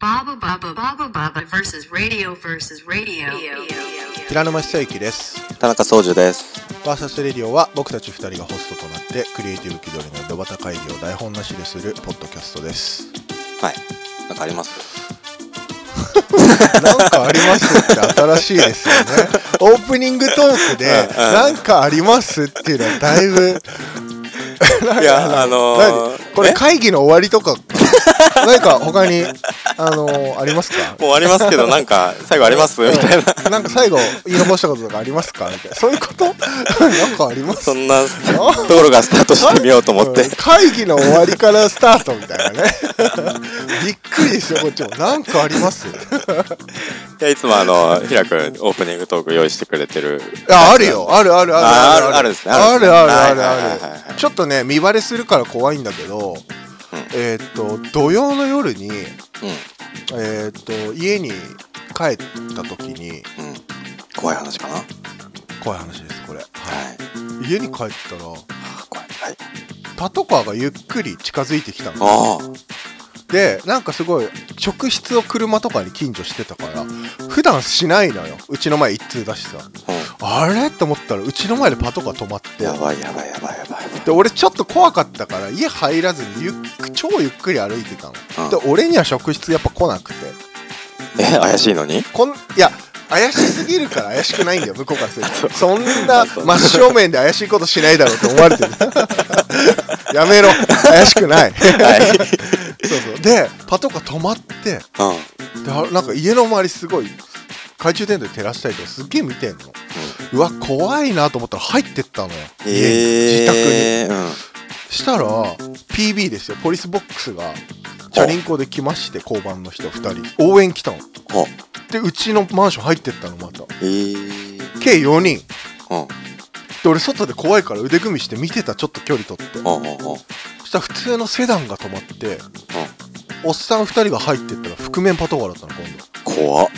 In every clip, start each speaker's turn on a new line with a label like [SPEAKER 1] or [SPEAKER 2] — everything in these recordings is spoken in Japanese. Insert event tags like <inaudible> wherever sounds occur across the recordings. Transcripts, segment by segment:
[SPEAKER 1] Baba Baba Baba Baba versus radio versus radio.
[SPEAKER 2] 平沼久之です
[SPEAKER 3] 田中総樹です。
[SPEAKER 2] バーサスレディオは僕たち2人がホストとなってクリエイティブ気取りのドバタ会議を台本なしでするポッドキャストです
[SPEAKER 3] <laughs> はい。なんかあります
[SPEAKER 2] なんかありますって新しいですよねオープニングトーク
[SPEAKER 3] <laughs>
[SPEAKER 2] で
[SPEAKER 3] うん
[SPEAKER 2] なんかありますっていうのはだいぶ
[SPEAKER 3] い <laughs> や、あの
[SPEAKER 2] 何
[SPEAKER 3] ー、
[SPEAKER 2] これ
[SPEAKER 3] え
[SPEAKER 2] 会議の終わりとか何か他にあのーありますか
[SPEAKER 3] <laughs> もうありますけど、なんか、最後ありますみ <laughs> たいな。
[SPEAKER 2] うんなんか最後言い残したこととかありますかみたいなそういうこと <laughs> なんかあります
[SPEAKER 3] そん <laughs> なところがスタートしてみようと思って
[SPEAKER 2] うん。会議の終わりからスタートみたいなね <laughs> びっくりですよこっちもなんかあります
[SPEAKER 3] いや、いつもあの、ひらくん、オープニングトーク用意してくれてる。
[SPEAKER 2] <laughs> ああるよあるあるある
[SPEAKER 3] ああるんですね
[SPEAKER 2] あ
[SPEAKER 3] あるんです
[SPEAKER 2] る
[SPEAKER 3] ね
[SPEAKER 2] あるある
[SPEAKER 3] はいはいはい
[SPEAKER 2] あるちょっとね見バレするから怖いんだけど、えーっと土曜の夜に
[SPEAKER 3] う
[SPEAKER 2] えーっと家に帰った時に
[SPEAKER 3] ん。うん。怖い話かなはい。
[SPEAKER 2] 怖い話ですこれ、家に帰ったら
[SPEAKER 3] あ怖い。はい。
[SPEAKER 2] パトカーがゆっくり近づいてきたの
[SPEAKER 3] あ
[SPEAKER 2] でなんかすごい職質を車とかに近所してたから普段しないのようちの前一通出してさ
[SPEAKER 3] あ。
[SPEAKER 2] あれと思ったらうちの前でパトカー止まっ
[SPEAKER 3] うん。
[SPEAKER 2] て
[SPEAKER 3] やばいやばいやばいやばい。
[SPEAKER 2] で俺ちょっと怖かったから家入らずにゆっく超ゆっくり歩いてたの、
[SPEAKER 3] う
[SPEAKER 2] で俺には職質やっぱ来なくて
[SPEAKER 3] え、怪しいのに
[SPEAKER 2] こんいや怪しすぎるから怪しくないんだよ向こうからすると
[SPEAKER 3] <laughs>
[SPEAKER 2] そんな真正面で怪しいことしないだろうと思われ
[SPEAKER 3] <laughs>
[SPEAKER 2] てるやめろ怪しくない
[SPEAKER 3] <laughs> は
[SPEAKER 2] <laughs>
[SPEAKER 3] い。
[SPEAKER 2] そうそうでパトカー止まって
[SPEAKER 3] うん。
[SPEAKER 2] であなんか家の周りすごい懐中電灯で照らしたりとかすっげえ見てんの、うわ怖いなと思ったら入ってったのよ、家に自宅に
[SPEAKER 3] えー。うん。
[SPEAKER 2] したら PB ですよポリスボックスがチャリンコで来まして交番の人2人応援来たの
[SPEAKER 3] ほう。
[SPEAKER 2] でうちのマンション入ってったのまた
[SPEAKER 3] えー。
[SPEAKER 2] 計4人
[SPEAKER 3] うん。
[SPEAKER 2] で俺外で怖いから腕組みして見てたちょっと距離取って
[SPEAKER 3] ほうほうほう。
[SPEAKER 2] そしたら普通のセダンが止まっておっさん2人が入ってったら覆面パトカーだったの今度
[SPEAKER 3] 怖っ。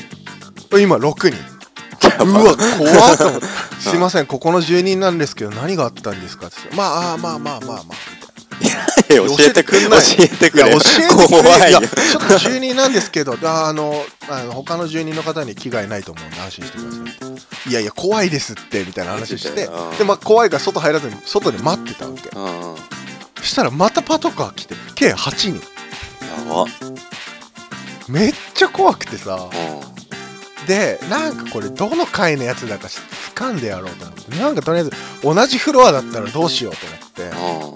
[SPEAKER 2] 今6人うわ怖っと思って「すいませんここの住人なんですけど何があったんですか?」って言ってまああーまあまあまあまあ」
[SPEAKER 3] え
[SPEAKER 2] みたいな
[SPEAKER 3] 教えてくれ。教えてく
[SPEAKER 2] いや
[SPEAKER 3] れ。
[SPEAKER 2] 教えてくれ
[SPEAKER 3] 怖い
[SPEAKER 2] や
[SPEAKER 3] よ。
[SPEAKER 2] ちょっと住人なんですけどああのあの他の住人の方に危害ないと思うんで安心してくださいっていやいや怖いですってみたいな話して
[SPEAKER 3] うん
[SPEAKER 2] でまあ怖いから外入らずに外で待ってたわけ
[SPEAKER 3] うん。
[SPEAKER 2] そしたらまたパトカー来て計8人
[SPEAKER 3] やば。
[SPEAKER 2] めっちゃ怖くてさ
[SPEAKER 3] うん。
[SPEAKER 2] でなんかこれどの階のやつだか掴んでやろうと思ってなんかとりあえず同じフロアだったらどうしようと思って、
[SPEAKER 3] うん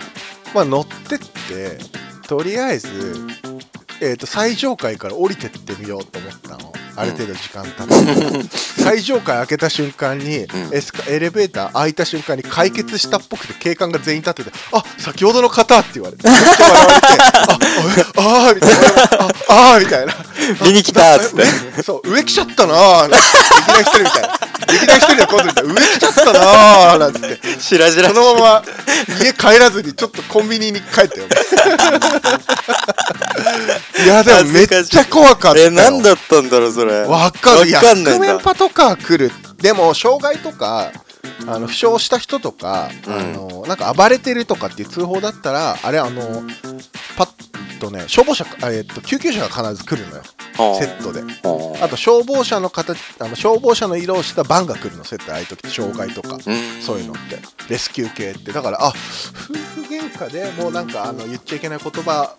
[SPEAKER 2] まあ、乗ってってとりあえず、えー、と最上階から降りてってみようと思ったのある程度時間経って、最上階開けた瞬間に、
[SPEAKER 3] ん
[SPEAKER 2] エスカエレベーター開いた瞬間に解決したっぽくて警官が全員立ってて「あ先ほどの方」って言われてめっちゃ笑われて「あああーみたいな「ああー」みたいな
[SPEAKER 3] 見に来たっつって。
[SPEAKER 2] 上そう上来ちゃったなーなんて劇団一人みたいな劇団一人で今度みたいな上来ちゃったなーなんつって
[SPEAKER 3] しらじら
[SPEAKER 2] そ
[SPEAKER 3] し
[SPEAKER 2] の
[SPEAKER 3] い
[SPEAKER 2] まま家帰らずにちょっとコンビニに帰った
[SPEAKER 3] <laughs>
[SPEAKER 2] よねいやでもめっちゃ怖かったよ
[SPEAKER 3] え、なんだったんだろう、それ。
[SPEAKER 2] わかるいや
[SPEAKER 3] わかんない
[SPEAKER 2] 覆
[SPEAKER 3] んだ
[SPEAKER 2] 面パトカー来るでも障害とかあの負傷した人とか、
[SPEAKER 3] うん
[SPEAKER 2] あのなんか暴れてるとかっていう通報だったらあれあのパッとね消防車あえっと救急車が必ず来るのよ
[SPEAKER 3] うん
[SPEAKER 2] セットで
[SPEAKER 3] うん
[SPEAKER 2] あと消防車の形あの消防車の色をしたバンが来るのセットああいう時って障害とか
[SPEAKER 3] うん
[SPEAKER 2] そういうのってレスキュー系ってだからあ夫婦喧嘩でもうなんかあの言っちゃいけない言葉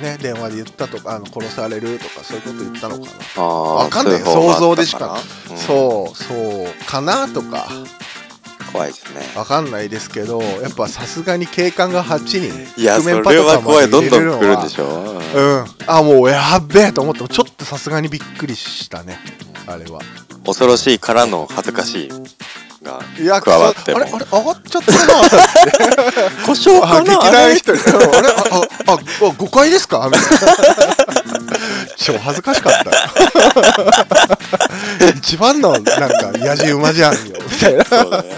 [SPEAKER 2] ね電話で言ったとかあの殺されるとかそういうこと言ったのかな
[SPEAKER 3] あー
[SPEAKER 2] わかんない
[SPEAKER 3] 通報
[SPEAKER 2] 想
[SPEAKER 3] があった
[SPEAKER 2] 像でしか、
[SPEAKER 3] うん
[SPEAKER 2] そうそうかなとか
[SPEAKER 3] 怖いですね
[SPEAKER 2] わかんないですけどやっぱさすがに警官が8人
[SPEAKER 3] いやそれ
[SPEAKER 2] 覆面パトカ
[SPEAKER 3] は
[SPEAKER 2] ーま
[SPEAKER 3] 怖
[SPEAKER 2] で
[SPEAKER 3] いど
[SPEAKER 2] 入
[SPEAKER 3] ん
[SPEAKER 2] れ
[SPEAKER 3] ど
[SPEAKER 2] るのは
[SPEAKER 3] ん来るんでしょうん
[SPEAKER 2] うんあもうやっべえと思ってもちょっとさすがにびっくりしたねあれは
[SPEAKER 3] 恐ろしいからの恥ずかしいが
[SPEAKER 2] いや
[SPEAKER 3] 加わっても
[SPEAKER 2] あれあれ上がっちゃ <laughs> ったな
[SPEAKER 3] 故障
[SPEAKER 2] あ
[SPEAKER 3] か
[SPEAKER 2] 劇
[SPEAKER 3] なあ
[SPEAKER 2] 団
[SPEAKER 3] れ
[SPEAKER 2] 一人あれああああ誤解ですかみたいな超恥ずかしかった一番のなんか野じ馬じゃんよみたいな
[SPEAKER 3] そうだね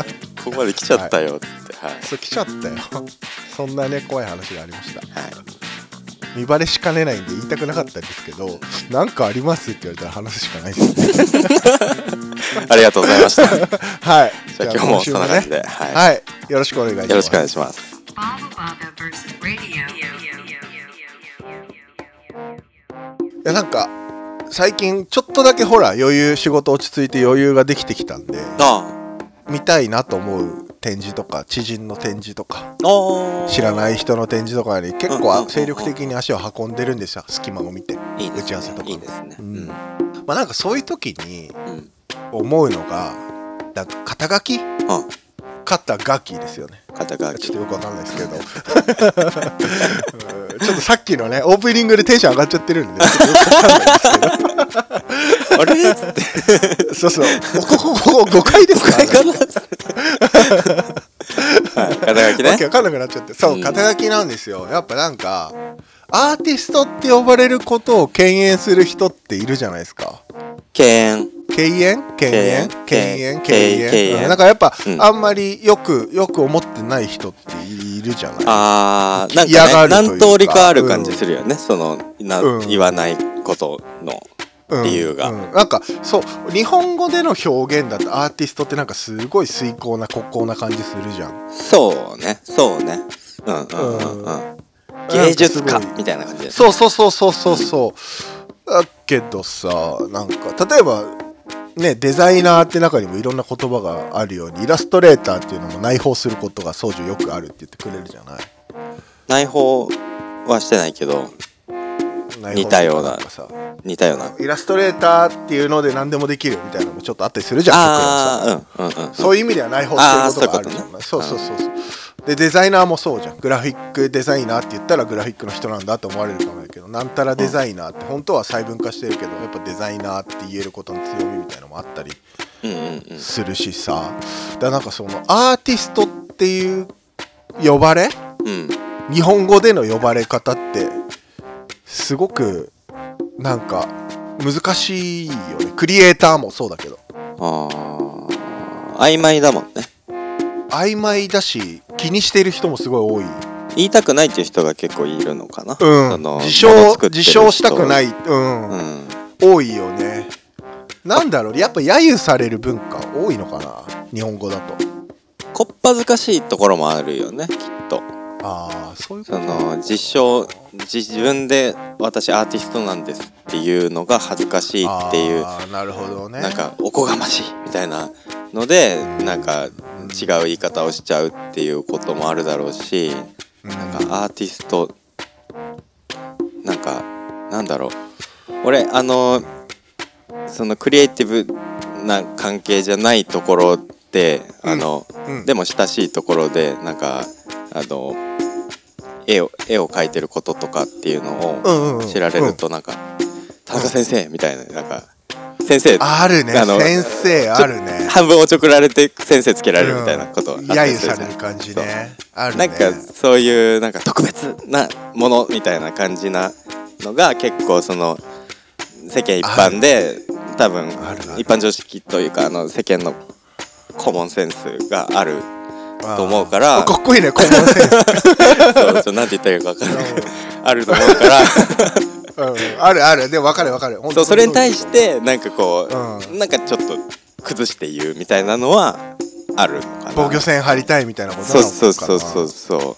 [SPEAKER 3] ここまで来ちゃったよっつってはい
[SPEAKER 2] そう来ちゃったよそんなね怖い話がありました
[SPEAKER 3] はい
[SPEAKER 2] 見バレしかねないんで言いたくなかったんですけどなんかありますって言われたら話すしかないですね
[SPEAKER 3] ありがとうございました
[SPEAKER 2] <laughs> はい
[SPEAKER 3] じゃあ今日もそんな感じ
[SPEAKER 2] 今週も
[SPEAKER 3] で
[SPEAKER 2] ね
[SPEAKER 3] は
[SPEAKER 2] はい、よろしくお願いします
[SPEAKER 3] よろしくお願いします
[SPEAKER 1] Baba Baba versus radio.
[SPEAKER 2] いやなんか最近ちょっとだけほら余裕仕事落ち着いて余裕ができてきたんで
[SPEAKER 3] あ
[SPEAKER 2] 見たいなと思う展示とか知人の展示とか
[SPEAKER 3] あおー
[SPEAKER 2] 知らない人の展示とかに結
[SPEAKER 3] うんうんうんう
[SPEAKER 2] 構
[SPEAKER 3] ん
[SPEAKER 2] 精力的に足を運んでるんですよ隙間を見て、
[SPEAKER 3] いいですね
[SPEAKER 2] 打ち合わせとか
[SPEAKER 3] いいですね
[SPEAKER 2] う
[SPEAKER 3] うんん
[SPEAKER 2] まあなんかそういう時に
[SPEAKER 3] うん
[SPEAKER 2] 思うのがなんか肩書き
[SPEAKER 3] あ
[SPEAKER 2] 肩書きですよね
[SPEAKER 3] 肩が
[SPEAKER 2] ちょっとよくわかんないです
[SPEAKER 3] <laughs>
[SPEAKER 2] けど <laughs> うんちょっとさっきのねオープニングでテンション上がっちゃってるんでちょっとよくわかんないですけど
[SPEAKER 3] あ
[SPEAKER 2] <laughs>
[SPEAKER 3] れっつって
[SPEAKER 2] そうそう。ここ、ここ、誤解ですか
[SPEAKER 3] 肩書はい肩書き
[SPEAKER 2] わ
[SPEAKER 3] ね
[SPEAKER 2] けわかんなくなっちゃって。そうう、
[SPEAKER 3] ん
[SPEAKER 2] 肩書きなんですよ。やっぱなんか、アーティストって呼ばれることを敬遠する人っているじゃないですか。
[SPEAKER 3] 敬遠
[SPEAKER 2] 敬遠敬遠敬
[SPEAKER 3] 敬
[SPEAKER 2] 遠
[SPEAKER 3] 遠
[SPEAKER 2] 敬遠
[SPEAKER 3] 敬遠
[SPEAKER 2] うんなんかやっぱ、
[SPEAKER 3] うん
[SPEAKER 2] あんまりよく、よく思ってない人っているじゃない
[SPEAKER 3] あーなん
[SPEAKER 2] 嫌が
[SPEAKER 3] か
[SPEAKER 2] るという
[SPEAKER 3] ね
[SPEAKER 2] か
[SPEAKER 3] 何通りかある感じするよね、そのな、
[SPEAKER 2] うん
[SPEAKER 3] 言わないことの
[SPEAKER 2] うん
[SPEAKER 3] 理由が
[SPEAKER 2] うんなんか、そう、日本語での表現だとアーティストってなんかすごい崇高な、国交な感じするじゃん。
[SPEAKER 3] そうねそうねうんうんうんうん芸術
[SPEAKER 2] な
[SPEAKER 3] 家
[SPEAKER 2] んかすごい
[SPEAKER 3] みたいな感じです
[SPEAKER 2] そうそうそうそうそうそう。だけどさ、なんか例えばねデザイナーって中にもいろんな言葉があるようにイラストレーターっていうのも内包することが相乗よくあるって言ってくれるじゃない。
[SPEAKER 3] 内包はしてないけど
[SPEAKER 2] 内包
[SPEAKER 3] 似たような
[SPEAKER 2] とかさ
[SPEAKER 3] 似たような
[SPEAKER 2] イラストレーターっていうので何でもできるみたいなのもちょっとあったりするじゃん。僕らもさ
[SPEAKER 3] ああーうんうんうん
[SPEAKER 2] そういう意味では内包してることがあるじゃ
[SPEAKER 3] あ
[SPEAKER 2] な
[SPEAKER 3] ー
[SPEAKER 2] い。そう
[SPEAKER 3] そ
[SPEAKER 2] う
[SPEAKER 3] いう
[SPEAKER 2] そ
[SPEAKER 3] こ
[SPEAKER 2] う
[SPEAKER 3] と
[SPEAKER 2] そう
[SPEAKER 3] ね
[SPEAKER 2] そう。でデザイナーもそうじゃんグラフィックデザイナーって言ったらグラフィックの人なんだと思われるかもだけどなんたらデザイナーって本当は細分化してるけどやっぱデザイナーって言えることの強みみたいのもあったり
[SPEAKER 3] うんうんうん
[SPEAKER 2] するしさだからなんかそのアーティストっていう呼ばれ
[SPEAKER 3] うん
[SPEAKER 2] 日本語での呼ばれ方ってすごくなんか難しいよねクリエイターもそうだけど
[SPEAKER 3] あー曖昧だもんね
[SPEAKER 2] 曖昧だし気にしてる人もすごい多い、
[SPEAKER 3] 言いたくないっていう人が結構いるのかな、その
[SPEAKER 2] 自
[SPEAKER 3] もの
[SPEAKER 2] 称
[SPEAKER 3] 作ってる
[SPEAKER 2] 自
[SPEAKER 3] 人
[SPEAKER 2] 称したくない、うん
[SPEAKER 3] うん
[SPEAKER 2] 多いよねなんだろうやっぱ揶揄される文化多いのかな日本語だと
[SPEAKER 3] こっぱずかしいところもあるよねきっと
[SPEAKER 2] ああそういうこと
[SPEAKER 3] その実証自自分で私アーティストなんですっていうのが恥ずかしいっていう
[SPEAKER 2] あーなるほどね
[SPEAKER 3] なんかおこがましいみたいなのでなんか違う言い方をしちゃうっていうこともあるだろうし
[SPEAKER 2] な
[SPEAKER 3] なんかアーティストなんかなんだろう俺あのそのクリエイティブな関係じゃないところであの、
[SPEAKER 2] うん
[SPEAKER 3] でも親しいところでなんかあの絵を絵を描いてることとかっていうの
[SPEAKER 2] うんうんう
[SPEAKER 3] を
[SPEAKER 2] ん
[SPEAKER 3] 知られるとなんか「田中先生」みたいななんか先生
[SPEAKER 2] あるね
[SPEAKER 3] あの
[SPEAKER 2] 先生あるね
[SPEAKER 3] 半分おちょくられて先生つけられるみたいなことあ
[SPEAKER 2] う
[SPEAKER 3] っ
[SPEAKER 2] ん
[SPEAKER 3] た
[SPEAKER 2] 揶
[SPEAKER 3] り
[SPEAKER 2] 揄
[SPEAKER 3] す
[SPEAKER 2] さ
[SPEAKER 3] るじゃ
[SPEAKER 2] れ
[SPEAKER 3] ん
[SPEAKER 2] る感じ
[SPEAKER 3] そう
[SPEAKER 2] ねある
[SPEAKER 3] な
[SPEAKER 2] ね
[SPEAKER 3] んかそういうなんか特別なものみたいな感じなのが結構その世間一般で多分
[SPEAKER 2] あるある
[SPEAKER 3] 一般常識というかあの世間のコモンセンスがある
[SPEAKER 2] あー
[SPEAKER 3] と思うから
[SPEAKER 2] <laughs> かっこいい
[SPEAKER 3] <laughs>
[SPEAKER 2] ねコモンセンス
[SPEAKER 3] そうそうなんて言ったらいいか分か
[SPEAKER 2] <laughs>
[SPEAKER 3] らないけどあると思うから
[SPEAKER 2] うんあるあるでも分かる分かる本
[SPEAKER 3] そ
[SPEAKER 2] 当
[SPEAKER 3] うそれに対してなんかこう、
[SPEAKER 2] うん
[SPEAKER 3] なんかちょっと崩して言うみたいなのはあるのかな
[SPEAKER 2] 防御線張りたいみたいなことな
[SPEAKER 3] そう
[SPEAKER 2] の
[SPEAKER 3] そうそう
[SPEAKER 2] かな
[SPEAKER 3] そうそ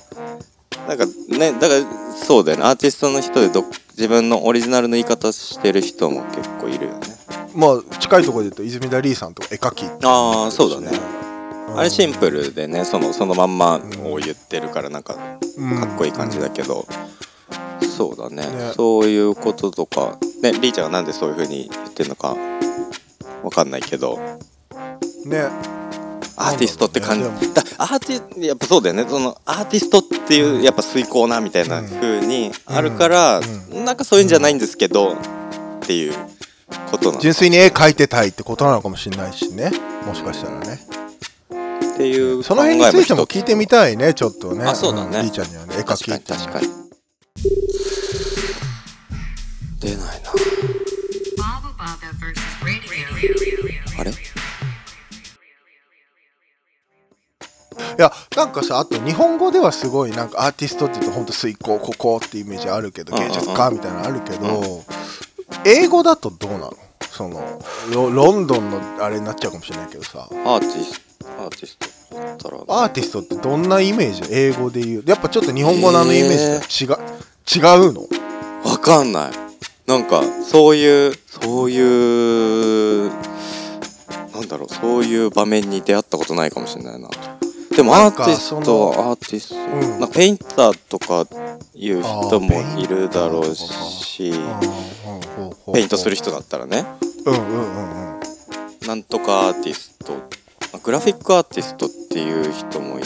[SPEAKER 3] うなんかねだからそうだよねアーティストの人でど自分のオリジナルの言い方してる人も結構いるよね
[SPEAKER 2] まあ近いところで言うと泉田リーさんとか絵描きって
[SPEAKER 3] ああそうだね
[SPEAKER 2] うん
[SPEAKER 3] あれシンプルでねそのそのまんまを言ってるからなんかか
[SPEAKER 2] うん
[SPEAKER 3] っこいい感じだけど、そうだね
[SPEAKER 2] ね
[SPEAKER 3] そういうこととかねりーちゃんはなんでそういう風に言ってるのかわかんないけど
[SPEAKER 2] ね
[SPEAKER 3] アーティストって感じ、
[SPEAKER 2] なんだろうね
[SPEAKER 3] だアーティやっぱそうだよねそのアーティストっていうやっぱ遂行なみたいな風にあるから、
[SPEAKER 2] う
[SPEAKER 3] なんかそういうんじゃないんですけど、っていうことなの
[SPEAKER 2] 純粋に絵描いてたいってことなのかもしれないしねもしかしたらね
[SPEAKER 3] っていう
[SPEAKER 2] その辺についても
[SPEAKER 3] 考え
[SPEAKER 2] 聞いてみたいねちょっとね
[SPEAKER 3] あそうだね
[SPEAKER 2] んりーちゃんにはね絵
[SPEAKER 3] 一
[SPEAKER 2] 描
[SPEAKER 3] つ
[SPEAKER 2] きっ
[SPEAKER 3] 確
[SPEAKER 2] て
[SPEAKER 3] かに確かに出ないな
[SPEAKER 1] Baba Baba versus radio.
[SPEAKER 3] あれ
[SPEAKER 2] いやなんかさあと日本語ではすごいなんかアーティストって言うとほんと水耕ここってイメージあるけど
[SPEAKER 3] うんうんう
[SPEAKER 2] 芸
[SPEAKER 3] ん
[SPEAKER 2] 術家みたいなのあるけど、英語だとどうなのそのロロンドンのあれになっちゃうかもしれないけどさ
[SPEAKER 3] アーティストアーティストだったら
[SPEAKER 2] アーティストってどんなイメージ英語で言うやっぱちょっと日本語のあのイメージと違,、違うの
[SPEAKER 3] わかんないなんかそういうそういうなんだろうそういう場面に出会ったことないかもしれないなでも
[SPEAKER 2] な
[SPEAKER 3] ア
[SPEAKER 2] ん
[SPEAKER 3] ー
[SPEAKER 2] か
[SPEAKER 3] ティス
[SPEAKER 2] そ
[SPEAKER 3] ト
[SPEAKER 2] の
[SPEAKER 3] アーティスト、
[SPEAKER 2] うん
[SPEAKER 3] なんかペインターとかいう人
[SPEAKER 2] あー
[SPEAKER 3] も
[SPEAKER 2] ペイン
[SPEAKER 3] い
[SPEAKER 2] ター
[SPEAKER 3] るだろうしペイントする人だったらね
[SPEAKER 2] うんうんうんうん
[SPEAKER 3] なんとかアーティストあグラフィックアーティストっていう人もい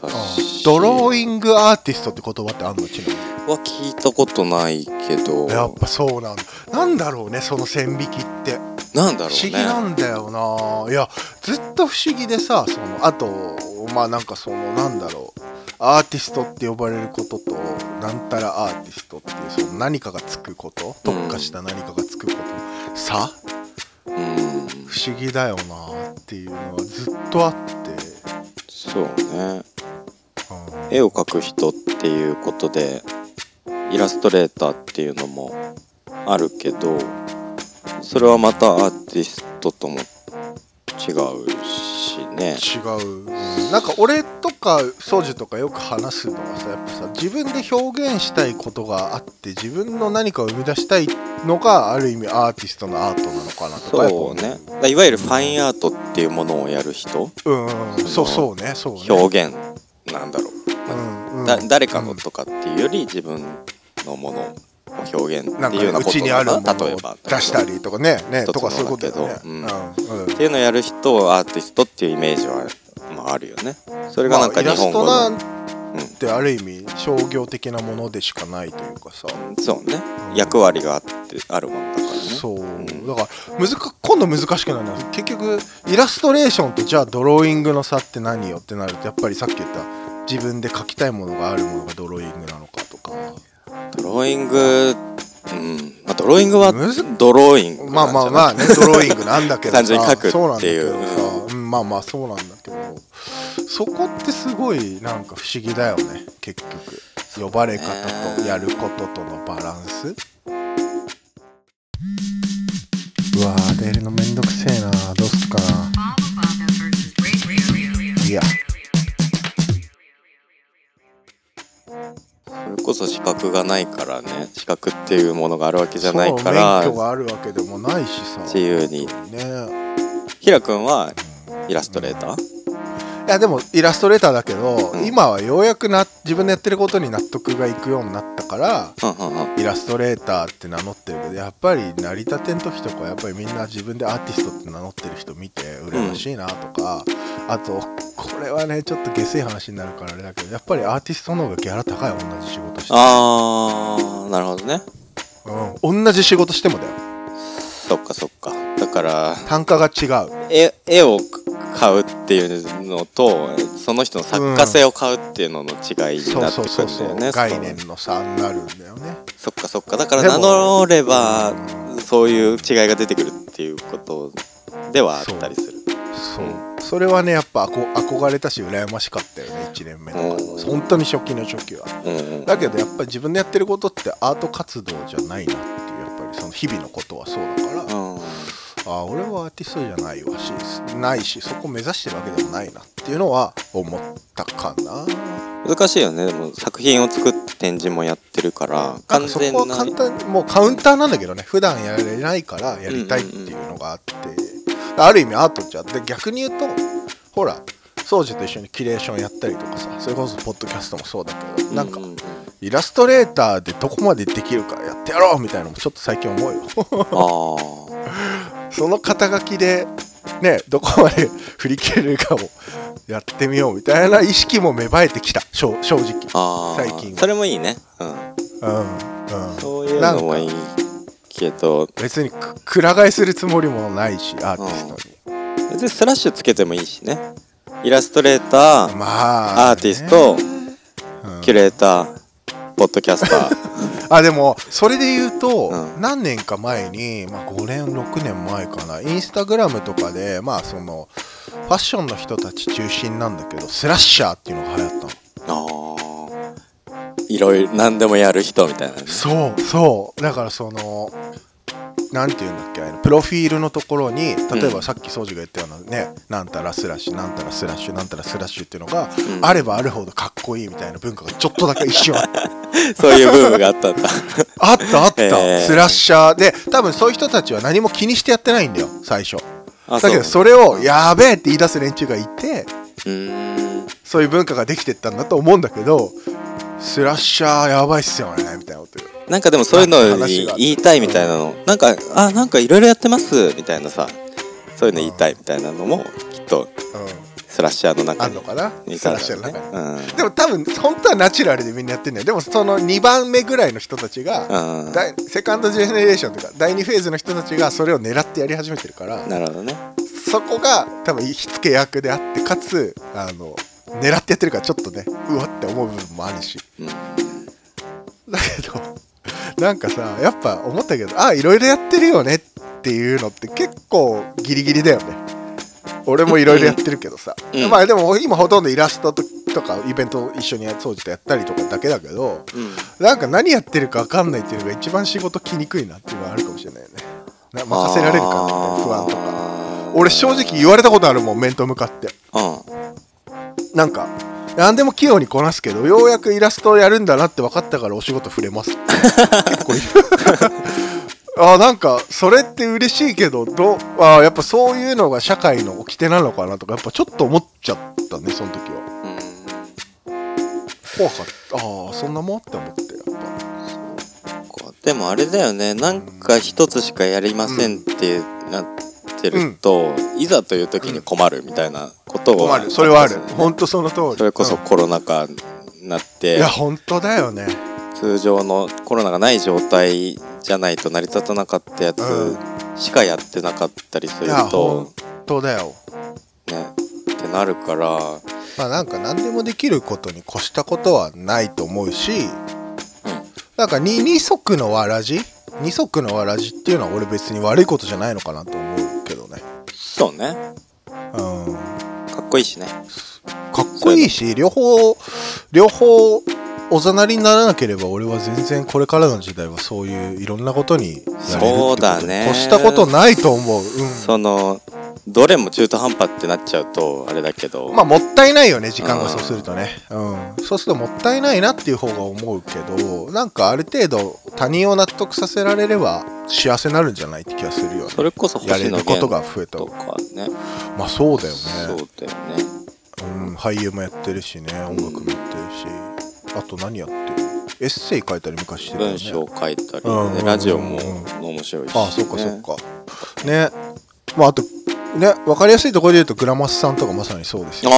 [SPEAKER 3] たし
[SPEAKER 2] ドロー
[SPEAKER 3] イ
[SPEAKER 2] イングアーティストって言葉ってあんのちなみに
[SPEAKER 3] は聞いたことないけど
[SPEAKER 2] やっぱそうなんだなんだろうねその線引きって
[SPEAKER 3] なんだろ
[SPEAKER 2] 不思議
[SPEAKER 3] うね
[SPEAKER 2] なんだよないやずっと不思議でさそのあとまあなんかそのなんだろうアーティストって呼ばれることとなんたらアーティストっていうその何かがつくこと特化した何かがつくこと、さ
[SPEAKER 3] うん
[SPEAKER 2] 不思議だよなっていうのはずっとあって、
[SPEAKER 3] そうね
[SPEAKER 2] うん
[SPEAKER 3] 絵を描く人っていうことでイラストレーターっていうのもあるけどそれはまたアーティストとも違うしね
[SPEAKER 2] 違う、なんか俺とかソジュとかよく話すのはさやっぱさ自分で表現したいことがあって自分の何かを生み出したいのがある意味アーティストのアートなのかなとか
[SPEAKER 3] そう
[SPEAKER 2] やっ
[SPEAKER 3] ね
[SPEAKER 2] ぱ
[SPEAKER 3] だからいわゆるファインアートっていうものをやる人
[SPEAKER 2] うん、うん、そうそうねそうね
[SPEAKER 3] 表現なんだろう
[SPEAKER 2] う
[SPEAKER 3] なん
[SPEAKER 2] うん
[SPEAKER 3] だ誰かの
[SPEAKER 2] うん
[SPEAKER 3] とかっていうより自分のものを表現
[SPEAKER 2] な
[SPEAKER 3] っ
[SPEAKER 2] ん
[SPEAKER 3] て
[SPEAKER 2] か
[SPEAKER 3] いうような
[SPEAKER 2] う
[SPEAKER 3] こと
[SPEAKER 2] ちにある
[SPEAKER 3] だ
[SPEAKER 2] も
[SPEAKER 3] な
[SPEAKER 2] の
[SPEAKER 3] 例え
[SPEAKER 2] を
[SPEAKER 3] ば
[SPEAKER 2] 出したりとかねねとかそういうことだよね
[SPEAKER 3] 一つのだ
[SPEAKER 2] うんうん
[SPEAKER 3] っていうのをやる人をアーティストっていうイメージは、まあ、あるよねそれがなんか
[SPEAKER 2] まあ
[SPEAKER 3] 日本語
[SPEAKER 2] イラ
[SPEAKER 3] の、
[SPEAKER 2] ストなんてある意味商業的なものでしかないというかさ、
[SPEAKER 3] そうね役割があってあるもんだからね
[SPEAKER 2] そう、
[SPEAKER 3] ん
[SPEAKER 2] だから難か今度難しくなるのは結局イラストレーションとじゃあドローイングの差って何よってなるとやっぱりさっき言った自分で描きたいものがあるものがドローイングなのかとか
[SPEAKER 3] ドローイングうん、まあ、ドローイングは
[SPEAKER 2] むず
[SPEAKER 3] ドローイング
[SPEAKER 2] まあまあまあ
[SPEAKER 3] あ
[SPEAKER 2] ねドローイングなんだけどさ
[SPEAKER 3] 単純に描く
[SPEAKER 2] そうなんだ
[SPEAKER 3] ってい
[SPEAKER 2] け
[SPEAKER 3] う
[SPEAKER 2] どさ、うん、まあまあそうなんだけどそこってすごいなんか不思議だよね結局呼ばれ方とやることとのバランスうわー出るのめんどくせえなどうすっかな
[SPEAKER 1] Baba Baba versus Radio.
[SPEAKER 2] Yeah.
[SPEAKER 3] それこそ資格がないからね資格っていうものがあるわけじゃないから
[SPEAKER 2] そう免許があるわけでもないしさ
[SPEAKER 3] 自由に
[SPEAKER 2] ね
[SPEAKER 3] ひらくんはイラストレーター
[SPEAKER 2] いやでもイラストレーターだけど、
[SPEAKER 3] うん
[SPEAKER 2] 今はようやくな自分のやってることに納得がいくようになったから
[SPEAKER 3] うんうんうん
[SPEAKER 2] イラストレーターって名乗ってるけどやっぱり成り立ての時とかやっぱりみんな自分でアーティストって名乗ってる人見て羨ましいなとか、あとこれはねちょっと下水話になるからあれだけどやっぱりアーティストの方がギャラ高い同じ仕事して
[SPEAKER 3] あーなるほどね
[SPEAKER 2] うん、同じ仕事してもだよ
[SPEAKER 3] そっかそっかだから
[SPEAKER 2] 単価が違う
[SPEAKER 3] 絵絵を買うっていうのとその人の作家性を買うっていうのの違いに
[SPEAKER 2] そ
[SPEAKER 3] な
[SPEAKER 2] う
[SPEAKER 3] って
[SPEAKER 2] そう
[SPEAKER 3] く
[SPEAKER 2] そ
[SPEAKER 3] る
[SPEAKER 2] うんそ
[SPEAKER 3] だよ
[SPEAKER 2] う、
[SPEAKER 3] ね
[SPEAKER 2] 概念の差になるんだよね
[SPEAKER 3] そっかそっかだから
[SPEAKER 2] でも
[SPEAKER 3] 名乗れば
[SPEAKER 2] う
[SPEAKER 3] そういう違いが出てくるっていうことではあったりする
[SPEAKER 2] そう、
[SPEAKER 3] う
[SPEAKER 2] それはねやっぱあこ憧れたし羨ましかったよね1年目とか
[SPEAKER 3] うん
[SPEAKER 2] 本当に初期の初期は
[SPEAKER 3] うんうん
[SPEAKER 2] だけどやっぱり自分でやってることってアート活動じゃないなっていうやっぱりその日々のことはそうだから、あ
[SPEAKER 3] うん
[SPEAKER 2] あ俺はアーティストじゃないわしないしそこ目指してるわけでもないなっていうのは思ったかな
[SPEAKER 3] 難しいよねでも作品を作って展示もやってるから
[SPEAKER 2] なんか
[SPEAKER 3] 完
[SPEAKER 2] そこ
[SPEAKER 3] 全
[SPEAKER 2] は
[SPEAKER 3] な
[SPEAKER 2] 簡単にもうカウンターなんだけどね普段やれないからやりたいっていうのがあって、ある意味アートじゃで逆に言うとほら掃除と一緒にキュレーションやったりとかさそれこそポッドキャストもそうだけど、なんか
[SPEAKER 3] うう
[SPEAKER 2] イラストレーターでどこまでできるかやってやろうみたいなのもちょっと最近思うよ <laughs>
[SPEAKER 3] あ
[SPEAKER 2] その肩書きでねどこまで振り切れるかをやってみようみたいな意識も芽生えてきた正正直
[SPEAKER 3] あああ
[SPEAKER 2] 最近は
[SPEAKER 3] それもいいねうん
[SPEAKER 2] うんうん
[SPEAKER 3] そういうのもいいけど
[SPEAKER 2] 別にくくら替えするつもりもないしアーティストに、
[SPEAKER 3] 別にスラッシュつけてもいいしねイラストレーター、
[SPEAKER 2] まあ
[SPEAKER 3] アーティスト、
[SPEAKER 2] うん
[SPEAKER 3] キュレーターポッドキャスター
[SPEAKER 2] あでもそれで言うと、
[SPEAKER 3] うん
[SPEAKER 2] 何年か前に、まあ、5年6年前かなインスタグラムとかでまあそのファッションの人たち中心なんだけどスラッシャーっていうのが流行ったの
[SPEAKER 3] あー
[SPEAKER 2] <laughs>
[SPEAKER 3] いろいろ何でもやる人みたいなね
[SPEAKER 2] そうそうだからそのなんていうんだっけあのプロフィールのところに例え
[SPEAKER 3] う
[SPEAKER 2] ば
[SPEAKER 3] ん
[SPEAKER 2] さっき掃除が言ったようなね、なんたらスラッシュなんたらスラッシュなんたらスラッシュっていうのが、
[SPEAKER 3] ん
[SPEAKER 2] あればあるほどかっこいいみたいな文化がちょっとだけ一瞬あった
[SPEAKER 3] そういうブームがあったん
[SPEAKER 2] <laughs>
[SPEAKER 3] だ
[SPEAKER 2] あったあった、
[SPEAKER 3] へー
[SPEAKER 2] スラッシャーで多分そういう人たちは何も気にしてやってないんだよ最初
[SPEAKER 3] あ
[SPEAKER 2] だけど
[SPEAKER 3] そう
[SPEAKER 2] それをやべえって言い出す連中がいて
[SPEAKER 3] うーん
[SPEAKER 2] そういう文化ができてったんだと思うんだけどスラッシャーやばいっすよねみたいなこと言う
[SPEAKER 3] なんかでもそういうの
[SPEAKER 2] 話
[SPEAKER 3] に
[SPEAKER 2] が
[SPEAKER 3] 言いたいみたいなのなんかあなんかいろいろやってますみたいなさそういうの言いたいみたいなのもきっと
[SPEAKER 2] う
[SPEAKER 3] スラッシャーの
[SPEAKER 2] ん、あ
[SPEAKER 3] 中
[SPEAKER 2] ん
[SPEAKER 3] に
[SPEAKER 2] のかないス
[SPEAKER 3] たん
[SPEAKER 2] ラッシ
[SPEAKER 3] だ
[SPEAKER 2] ャー
[SPEAKER 3] ろ
[SPEAKER 2] の
[SPEAKER 3] う
[SPEAKER 2] 中に
[SPEAKER 3] ねうん
[SPEAKER 2] でも多分本当はナチュラルでみんなやってんだよでもその2番目ぐらいの人たちが、
[SPEAKER 3] うん
[SPEAKER 2] 第セカンドジェネレーションというか第2フェーズの人たちがそれを狙ってやり始めてるから
[SPEAKER 3] なるほどね
[SPEAKER 2] そこが多分火付け役であってかつあの狙ってやってるからちょっとねうわって思う部分もあるし
[SPEAKER 3] うん
[SPEAKER 2] だけどなんかさやっぱ思ったけどあいろいろやってるよねっていうのって結構ギリギリだよね俺もいろいろやってるけどさ、
[SPEAKER 3] うん
[SPEAKER 2] まあでも今ほとんどイラストととかイベントを一緒に掃除とやったりとかだけだけど
[SPEAKER 3] うん
[SPEAKER 2] なんか何やってるか分かんないっていうのが一番仕事来にくいなっていうのはあるかもしれないよねな任せられるかみたいな不安とか
[SPEAKER 3] か
[SPEAKER 2] 俺正直言われたことあるもん面と向かって
[SPEAKER 3] うん
[SPEAKER 2] なんか何でも器用にこなすけどようやくイラストをやるんだなって分かったからお仕事触れ <laughs> ます結構言う <laughs> あなんかそれって嬉しいけどどうあやっぱそういうのが社会の掟なのかなとかやっぱちょっと思っちゃったねその時は怖かったああそんなもんって思ってやっぱ
[SPEAKER 3] こうでもあれだよねなんか一つしかやりませんってなってると、いざという時に困るみたいなことを
[SPEAKER 2] 困るそれはある
[SPEAKER 3] なんか
[SPEAKER 2] 本当その通り
[SPEAKER 3] それこそ
[SPEAKER 2] うん
[SPEAKER 3] コロナ禍になって、
[SPEAKER 2] いや本当だよね
[SPEAKER 3] 通常のコロナがない状態じゃないと成り立たなかったやつ
[SPEAKER 2] う
[SPEAKER 3] しかやってなかったりす
[SPEAKER 2] い
[SPEAKER 3] る
[SPEAKER 2] や
[SPEAKER 3] と
[SPEAKER 2] 本、当だよ
[SPEAKER 3] ねってなるから
[SPEAKER 2] まあなんか何でもできることに越したことはないと思うし、なんか二二足のわらじ二足のわらじっていうのは俺別に悪いことじゃないのかなと思うけどね。
[SPEAKER 3] そうね
[SPEAKER 2] うん、
[SPEAKER 3] かっこいいしね
[SPEAKER 2] かっこいいし両方両方おざなりにならなければ俺は全然これからの時代はそういういろんなことにやれるって
[SPEAKER 3] そう
[SPEAKER 2] こと
[SPEAKER 3] だ
[SPEAKER 2] に
[SPEAKER 3] ね
[SPEAKER 2] 越したことないと思う。う
[SPEAKER 3] そのどれも中途半端ってなっちゃうとあれだけど、
[SPEAKER 2] ん、まあもったいないよね時間がそうするとね、うん、そうするともったいないなっていう方が思うけどなんかある程度他人を納得させられれば幸せになるんじゃないって気がするよね
[SPEAKER 3] それこそ
[SPEAKER 2] やれ
[SPEAKER 3] 星野
[SPEAKER 2] るこ
[SPEAKER 3] 源
[SPEAKER 2] とが増えた
[SPEAKER 3] とかね
[SPEAKER 2] まあそうだよね
[SPEAKER 3] そうだよね
[SPEAKER 2] うん、俳優もやってるしね音楽もやってるし、あと何やってるエッセイ書いたり昔してたよね
[SPEAKER 3] 文章を書いたり、
[SPEAKER 2] うんうんうんう
[SPEAKER 3] ね
[SPEAKER 2] ん
[SPEAKER 3] ラジオも面白いし、ね、
[SPEAKER 2] ああそうかそうかねまああとね分かりやすいところで言うとグラマスさんとかまさにそうですよ
[SPEAKER 3] あ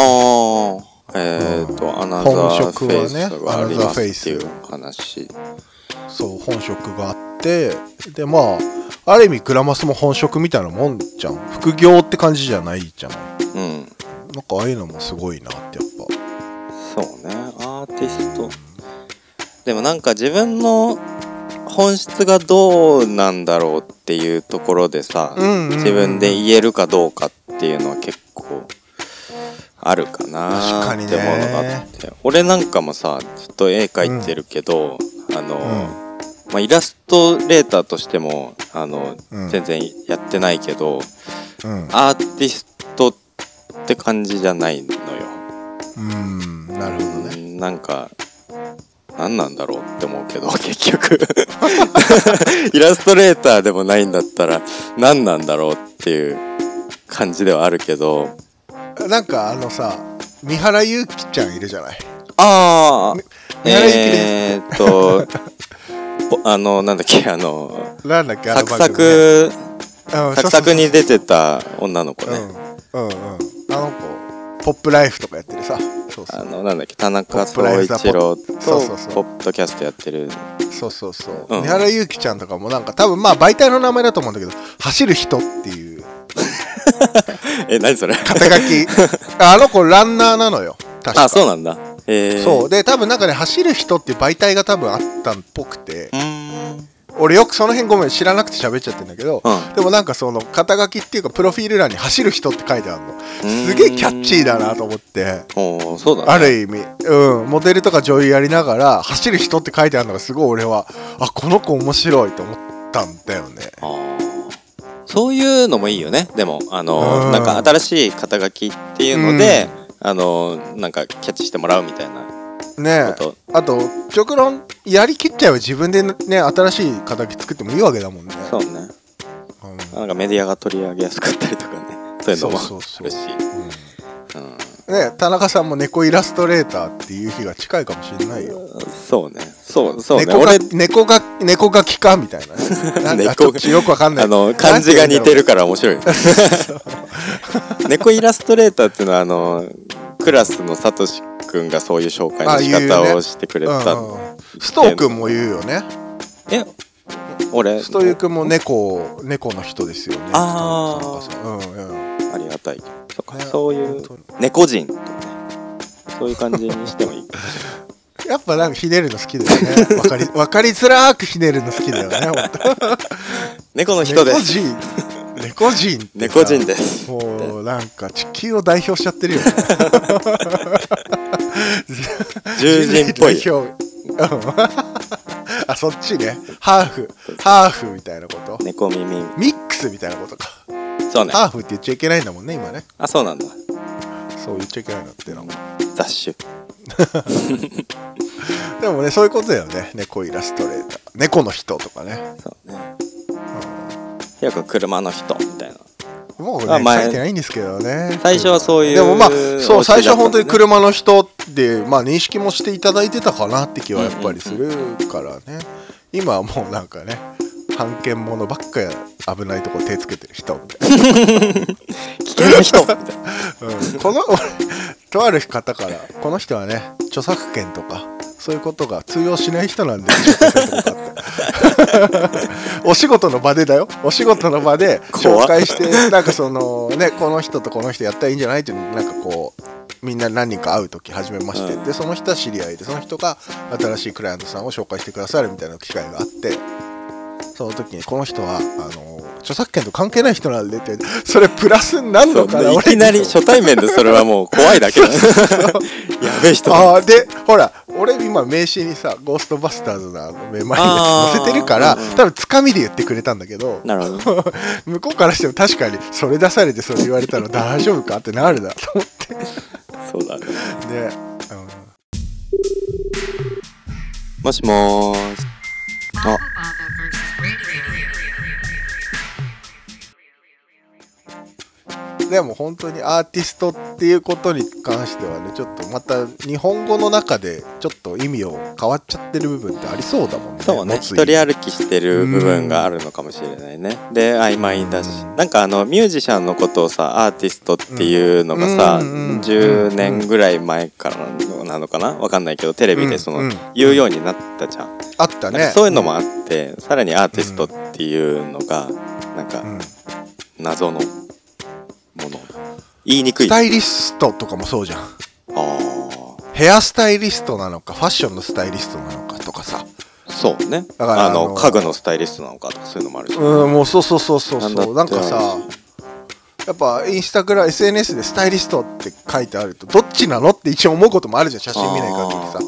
[SPEAKER 3] あえっ、と、アナザーフェイスがありますっていう話
[SPEAKER 2] そう本職があってでまあある意味グラマスも本職みたいなもんじゃん副業って感じじゃないじゃない
[SPEAKER 3] うん
[SPEAKER 2] なんかああいうのもすごいなってやっぱ
[SPEAKER 3] そうねアーティストでもなんか自分の本質がどうなんだろうっていうところでさ、
[SPEAKER 2] うんうんうん
[SPEAKER 3] 自分で言えるかどうかっていうのは結構あるかな
[SPEAKER 2] 確か
[SPEAKER 3] ー
[SPEAKER 2] に
[SPEAKER 3] っ
[SPEAKER 2] ね
[SPEAKER 3] てものがあって、俺なんかもさずっと絵描いてるけど、あの、まあ、イラストレーターとしてもあの、
[SPEAKER 2] うん
[SPEAKER 3] 全然やってないけ
[SPEAKER 2] う
[SPEAKER 3] ど
[SPEAKER 2] ん
[SPEAKER 3] アーティストって感じじゃないのよ。
[SPEAKER 2] うんなるほどね
[SPEAKER 3] うんなんか何なんだろうって思うけど <laughs> 結局イラストレーターでもないんだったら何なんだろうっていう感じではあるけど
[SPEAKER 2] なんかあのさ三原ゆきちゃんいるじゃない
[SPEAKER 3] ああ
[SPEAKER 2] ねやられてる
[SPEAKER 3] えーっとぽあのなんだっけあの
[SPEAKER 2] なんだっけあ
[SPEAKER 3] サ
[SPEAKER 2] の
[SPEAKER 3] ク
[SPEAKER 2] 番組ね
[SPEAKER 3] サク
[SPEAKER 2] うん
[SPEAKER 3] サ
[SPEAKER 2] そうそう
[SPEAKER 3] クサ
[SPEAKER 2] そ
[SPEAKER 3] ク
[SPEAKER 2] う
[SPEAKER 3] に出てた女の子ね、
[SPEAKER 2] うんうんうんあの子ポップライフとかやってるさそうそ
[SPEAKER 3] あ
[SPEAKER 2] う
[SPEAKER 3] のなんだっけ田中総一郎と
[SPEAKER 2] そうそうそう
[SPEAKER 3] ポッドキャストやってる
[SPEAKER 2] そうそうそう
[SPEAKER 3] うん
[SPEAKER 2] 三原ゆきちゃんとかもなんか多分まあ媒体の名前だと思うんだけど「走る人」っていう
[SPEAKER 3] え何それ <laughs>
[SPEAKER 2] 肩書き <laughs> あの子ランナーなのよ確か
[SPEAKER 3] あそうなんだえー、
[SPEAKER 2] そうで多分なんかね「走る人」っていう媒体が多分あったっぽくて
[SPEAKER 3] うーん
[SPEAKER 2] 俺よくその辺ごめん知らなくて喋っちゃってんだけど、
[SPEAKER 3] うん
[SPEAKER 2] でもなんかその肩書きっていうかプロフィール欄に「走る人」って書いてあるの
[SPEAKER 3] ん
[SPEAKER 2] すげえキャッチーだなと思って
[SPEAKER 3] おーそうだね
[SPEAKER 2] ある意味、うん、モデルとか女優やりながら走る人って書いてあるのがすごい俺はあこの子面白いと思ったんだよね
[SPEAKER 3] あーそういうのもいいよねでもあ
[SPEAKER 2] う
[SPEAKER 3] の
[SPEAKER 2] ん
[SPEAKER 3] なんか新しい肩書きっていうので、あのなんかキャッチしてもらうみたいな
[SPEAKER 2] ね
[SPEAKER 3] こと
[SPEAKER 2] あと極論やりきっちゃえば自分でね新しい形作ってもいいわけだもんね
[SPEAKER 3] そうね
[SPEAKER 2] うん
[SPEAKER 3] なんかメディアが取り上げやすかったりとかね <laughs> そういうのも
[SPEAKER 2] そうそうそう
[SPEAKER 3] あるし
[SPEAKER 2] ね田中さんも猫イラストレーターっていう日が近いかもしれないよ
[SPEAKER 3] うんそうねそうそうね
[SPEAKER 2] 猫が
[SPEAKER 3] 俺
[SPEAKER 2] 猫が猫がきかみたい
[SPEAKER 3] <laughs>
[SPEAKER 2] なねなんかちょっとよくわかんない
[SPEAKER 3] あの漢字が似てるから面白い猫イラストレーターっていうのはあのクラスのサトシくんがそういう紹介の仕
[SPEAKER 2] あ言う
[SPEAKER 3] 方
[SPEAKER 2] ね
[SPEAKER 3] をしてくれ
[SPEAKER 2] なんて
[SPEAKER 3] た
[SPEAKER 2] 言うんだろううんうんストー君も言うよね
[SPEAKER 3] え俺
[SPEAKER 2] ストー君も猫猫の人ですよね
[SPEAKER 3] あー
[SPEAKER 2] 田中さんうんうん
[SPEAKER 3] ありがたいそっか
[SPEAKER 2] ね
[SPEAKER 3] そうい
[SPEAKER 2] 本
[SPEAKER 3] う
[SPEAKER 2] 当に
[SPEAKER 3] 猫人とかねそういう感じにしてもいい
[SPEAKER 2] やっぱなんかひねるの好きだよねわかり <laughs> わかりづらーくひねるの好きだよね本当
[SPEAKER 3] <laughs> 猫の人です
[SPEAKER 2] 猫人猫人ってさ
[SPEAKER 3] 猫人です
[SPEAKER 2] もうなんか地球を代表しちゃってるよね
[SPEAKER 3] 獣人っぽ <laughs> い
[SPEAKER 2] 代表うん <laughs> あそっちねハーフハーフみたいなこと
[SPEAKER 3] 猫耳
[SPEAKER 2] ミックスみたいなことか
[SPEAKER 3] そうね
[SPEAKER 2] ハーフって言っちゃいけないんだもんね今ね
[SPEAKER 3] あそうなんだ
[SPEAKER 2] そう言っちゃいけないのっての
[SPEAKER 3] 雑種
[SPEAKER 2] でもねそういうことだよね猫イラストレーター猫の人とかね
[SPEAKER 3] そうねひやくん車の人みたいな
[SPEAKER 2] もう
[SPEAKER 3] あ
[SPEAKER 2] ね
[SPEAKER 3] 前
[SPEAKER 2] 書いてないんですけどね
[SPEAKER 3] 最初はそういう
[SPEAKER 2] でもまあそ
[SPEAKER 3] お
[SPEAKER 2] う
[SPEAKER 3] 家だったん
[SPEAKER 2] 最
[SPEAKER 3] です
[SPEAKER 2] 初
[SPEAKER 3] ね
[SPEAKER 2] は本当に車の人でまあ認識もしていただいてたかなって気はやっぱりするからね、今はもうなんかね判件ものばっかや危ないとこ手つけてる人みたいな、
[SPEAKER 3] 危険な
[SPEAKER 2] <laughs>
[SPEAKER 3] <laughs> 人みたいな
[SPEAKER 2] うん、この俺とある方からこの人はね著作権とかそういうことが通用しない人なんで紹介されたことあって <laughs> お仕事の場でだよお仕事の場で
[SPEAKER 3] 怖
[SPEAKER 2] 紹介してなんかそのねこの人とこの人やったらいいんじゃないっていうのなんかこうみんな何人か会う時初めまして、
[SPEAKER 3] うん
[SPEAKER 2] でその人は知り合いでその人が新しいクライアントさんを紹介してくださるみたいな機会があってその時にこの人はあの著作権と関係ない人なんでってそれプラスになるのかな
[SPEAKER 3] そうい
[SPEAKER 2] 俺
[SPEAKER 3] きなり
[SPEAKER 2] にとって
[SPEAKER 3] 初対面でそれはもう怖いだけ <laughs> だやべえ人
[SPEAKER 2] あーでほら俺今名刺にさ「ゴーストバスターズ」のあのめまいや
[SPEAKER 3] あ
[SPEAKER 2] つ
[SPEAKER 3] ー
[SPEAKER 2] 載せてるから
[SPEAKER 3] うんうん
[SPEAKER 2] 多分つかみで言ってくれたんだけど
[SPEAKER 3] なるほど
[SPEAKER 2] 向こうからしても確かにそれ出されてそれ言われたら大丈夫かってなるだと思って
[SPEAKER 3] そうだね
[SPEAKER 2] で、
[SPEAKER 3] もしもーし
[SPEAKER 1] Baba Baba versus Radio.
[SPEAKER 2] うん、でも本当にアーティストっていうことに関してはねちょっとまた日本語の中でちょっと意味を変わっちゃってる部分ってありそうだもんね
[SPEAKER 3] そうね
[SPEAKER 2] 持つ
[SPEAKER 3] 一
[SPEAKER 2] 意味
[SPEAKER 3] 人歩きしてる部分があるのかもしれないねで曖昧だし
[SPEAKER 2] うん
[SPEAKER 3] なんかあのミュージシャンのことをさアーティストっていうのがさ
[SPEAKER 2] うんうんうん
[SPEAKER 3] 10年ぐらい前からなのかなわかんないけどテレビでそ
[SPEAKER 2] うんう
[SPEAKER 3] の
[SPEAKER 2] ん
[SPEAKER 3] 言うようになったじゃん
[SPEAKER 2] あった
[SPEAKER 3] なん
[SPEAKER 2] ね
[SPEAKER 3] かそういうのもあってさらにアーティストっていうのがなん
[SPEAKER 2] う
[SPEAKER 3] か
[SPEAKER 2] ん
[SPEAKER 3] 謎のもの言いにく
[SPEAKER 2] ス
[SPEAKER 3] いあ
[SPEAKER 2] タイリストとかもそうじゃん
[SPEAKER 3] ー
[SPEAKER 2] ヘアスタイリストなのかファッションのスタイリストなのかとかさ
[SPEAKER 3] そうね
[SPEAKER 2] だから
[SPEAKER 3] あ
[SPEAKER 2] あの
[SPEAKER 3] の家具のスタイリストなのかとかそういうのもあるし
[SPEAKER 2] うんもうそうそうそうそう
[SPEAKER 3] なんだ
[SPEAKER 2] そ
[SPEAKER 3] って
[SPEAKER 2] うなんかさやっぱインスタグラム SNS でスタイリストって書いてあるとどっちなのって一応思うこともあるじゃん写真見ない限りさ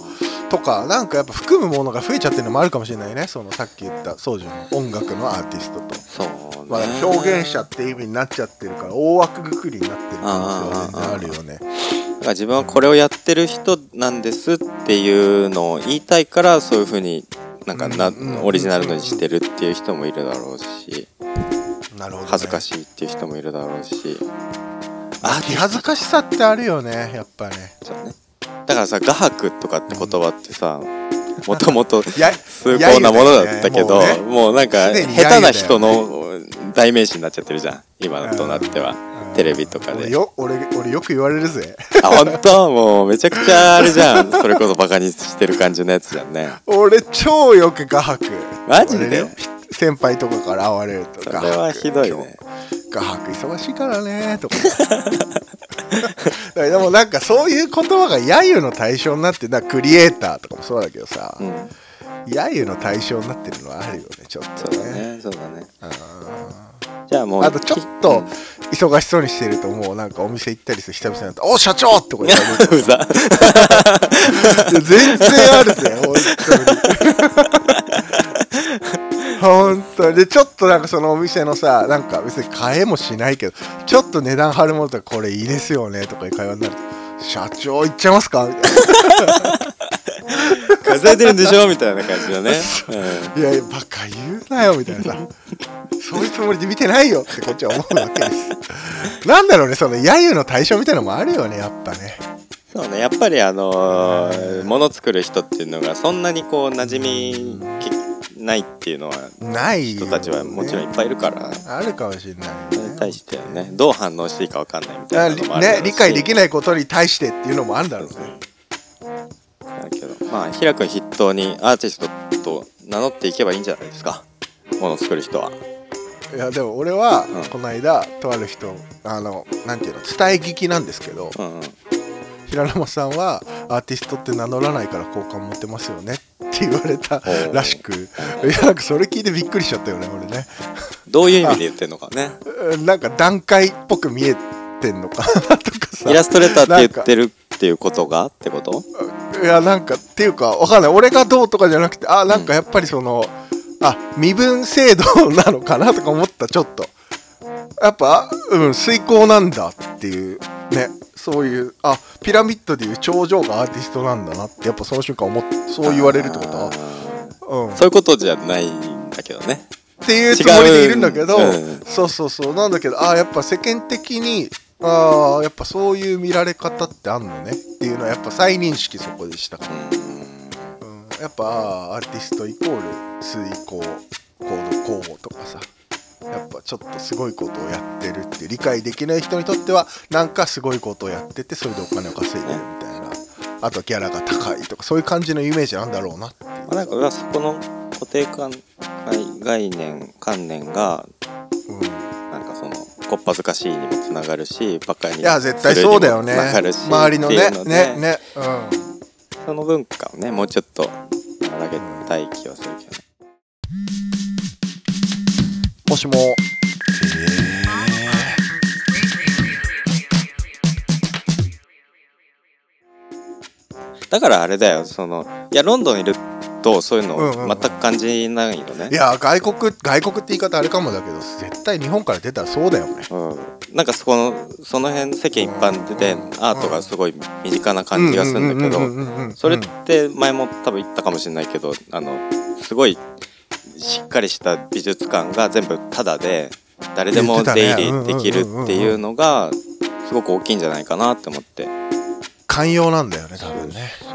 [SPEAKER 2] とかなんかやっぱ含むものが増えちゃってるのもあるかもしれないねそのさっき言ったそうじゃん音楽のアーティストと、
[SPEAKER 3] そうね
[SPEAKER 2] まあ、表現者って意味になっちゃってるから大枠くくりになってる可能性は全然あるよね
[SPEAKER 3] だから自分はこれをやってる人なんですっていうのを言いたいからそういうふうになんかな、
[SPEAKER 2] うんうんうん
[SPEAKER 3] オリジナルのにしてるっていう人もいるだろうし
[SPEAKER 2] なるほど、ね、
[SPEAKER 3] 恥ずかしいっていう人もいるだろうしあ
[SPEAKER 2] 気恥ずかしさってあるよねやっぱね
[SPEAKER 3] ねだからさ「画伯」とかって言葉って
[SPEAKER 2] <laughs>
[SPEAKER 3] さもともと
[SPEAKER 2] や
[SPEAKER 3] 崇高なものだったけどもう,、
[SPEAKER 2] やゆだよねもうね
[SPEAKER 3] なんか
[SPEAKER 2] すでに
[SPEAKER 3] 下手な
[SPEAKER 2] やゆだよね
[SPEAKER 3] 人の代名詞になっちゃってるじゃん今となってはテレビとか
[SPEAKER 2] 俺
[SPEAKER 3] で
[SPEAKER 2] よ俺俺よく言われるぜ <laughs>
[SPEAKER 3] あ本当もうめちゃくちゃあれじゃんそれこそバカにしてる感じのやつじゃんね
[SPEAKER 2] 俺超よく画伯
[SPEAKER 3] マジで
[SPEAKER 2] 俺ね先輩とかから会われると
[SPEAKER 3] そ
[SPEAKER 2] 画
[SPEAKER 3] れは
[SPEAKER 2] 伯
[SPEAKER 3] ひどいね
[SPEAKER 2] 今日画伯忙しいからねとか <laughs> でもなんかそういう言葉が揶揄の対象になってなんかクリエイターとかもそうだけどさ、
[SPEAKER 3] うん
[SPEAKER 2] 揶揄の対象になってるのはあるよねちょっ
[SPEAKER 3] そ
[SPEAKER 2] と
[SPEAKER 3] うだねそうだね
[SPEAKER 2] あー
[SPEAKER 3] じゃあもう
[SPEAKER 2] あとちょっと忙しそうにしてるともうなんかお店行ったりする久々になって「お社長!」とか言われる
[SPEAKER 3] うざ
[SPEAKER 2] いや全然あるぜ、本当に。 <laughs> 本当でちょっとなんかそのお店のさなんか別に買えもしないけどちょっと値段張るものとかこれいいですよねとかいう会話になると社長行っちゃいますかみたいな
[SPEAKER 3] 数えてるんでしょみたいな感じだね、
[SPEAKER 2] いやいやバカ言うなよみたいなさそういうつもりで見てないよってこっちは思うわけですなんだろうねその揶揄の対象みたいなのもあるよねやっぱね
[SPEAKER 3] うん、そうねやっぱりあのー、物作る人っていうのがそんなにこう馴染みきないっていうのは
[SPEAKER 2] ないよね、
[SPEAKER 3] 人たちはもちろんいっぱいいるから、
[SPEAKER 2] あるかもしれない
[SPEAKER 3] それに対してねどう反応していいか分かんないみた
[SPEAKER 2] あ
[SPEAKER 3] いなのもあるだろ
[SPEAKER 2] ね
[SPEAKER 3] うし
[SPEAKER 2] 理解できないことに対してっていうのもあるんだろうね
[SPEAKER 3] だけどまあ平君筆頭にアーティストと名乗っていけばいいんじゃないですかもの作る人はい
[SPEAKER 2] やでも俺は
[SPEAKER 3] うん
[SPEAKER 2] この間とある人あのなんていうの伝え聞きなんですけど
[SPEAKER 3] うんうん
[SPEAKER 2] 平沼さんはアーティストって名乗らないから好感持てますよねって言われたらしくいやなんかそれ聞いてびっくりしちゃったよね俺ね
[SPEAKER 3] どういう意味で言ってんのかね
[SPEAKER 2] うんなんか段階っぽく見えてんのかなとかさ
[SPEAKER 3] イラストレーターって言ってるっていうことがってこと
[SPEAKER 2] いやなんかっていうかわかんない俺がどうとかじゃなくてあなんかやっぱりその、あ身分制度なのかなとか思ったちょっとやっぱうん遂行なんだっていうねそういうあピラミッドでいう頂上がアーティストなんだなってやっぱその瞬間思っそう言われるってこと
[SPEAKER 3] あ
[SPEAKER 2] は、
[SPEAKER 3] ー
[SPEAKER 2] うん、
[SPEAKER 3] そういうことじゃないんだけどね
[SPEAKER 2] っていうつもりでいるんだけど、
[SPEAKER 3] 違ううん
[SPEAKER 2] そうそうそうなんだけどああやっぱ世間的にああやっぱそういう見られ方ってあんのねっていうのはやっぱ再認識そこでしたから、うん、やっぱああアーティストイコール水行行動行とかさやっぱちょっとすごいことをやってるっていう理解できない人にとってはなんかすごいことをやっててそれでお金を稼いでるみたいなあとギャラが高いとかそういう感じのイメージなんだろうなっていう
[SPEAKER 3] まあ、なんか俺はそこの固定観概念観念が
[SPEAKER 2] うん
[SPEAKER 3] なんかそのこっぱずかしいにもつながるしバカに
[SPEAKER 2] いや絶対そうだよね
[SPEAKER 3] するにもつながるし
[SPEAKER 2] 周りの
[SPEAKER 3] ってい
[SPEAKER 2] ね
[SPEAKER 3] うで
[SPEAKER 2] ねねうん
[SPEAKER 3] その文化をねもうちょっと荒げたい気はするけどね
[SPEAKER 2] もしも
[SPEAKER 3] だからあれだよそのいやロンドンいるとそういうの
[SPEAKER 2] うんうんう
[SPEAKER 3] 全
[SPEAKER 2] ん
[SPEAKER 3] く感じないよね
[SPEAKER 2] い、や外国外国って言い方あれかもだけど絶対日本から出たらそうだよね
[SPEAKER 3] うん、なんかそこのその辺世間一般で
[SPEAKER 2] うん
[SPEAKER 3] アートがすごい身近な感じがするんだけ
[SPEAKER 2] う
[SPEAKER 3] ど
[SPEAKER 2] んうんうんうんうん
[SPEAKER 3] それ
[SPEAKER 2] う
[SPEAKER 3] っ
[SPEAKER 2] ん
[SPEAKER 3] て前も多分言ったかもしれないけどあのすごいしっかりした美術館が全部タダで誰で
[SPEAKER 2] 言
[SPEAKER 3] も
[SPEAKER 2] ってた
[SPEAKER 3] 出
[SPEAKER 2] ね
[SPEAKER 3] 入りできるっていうのがすごく大きいんじゃないかなって思って
[SPEAKER 2] 寛容なんだよね多分ね
[SPEAKER 3] そ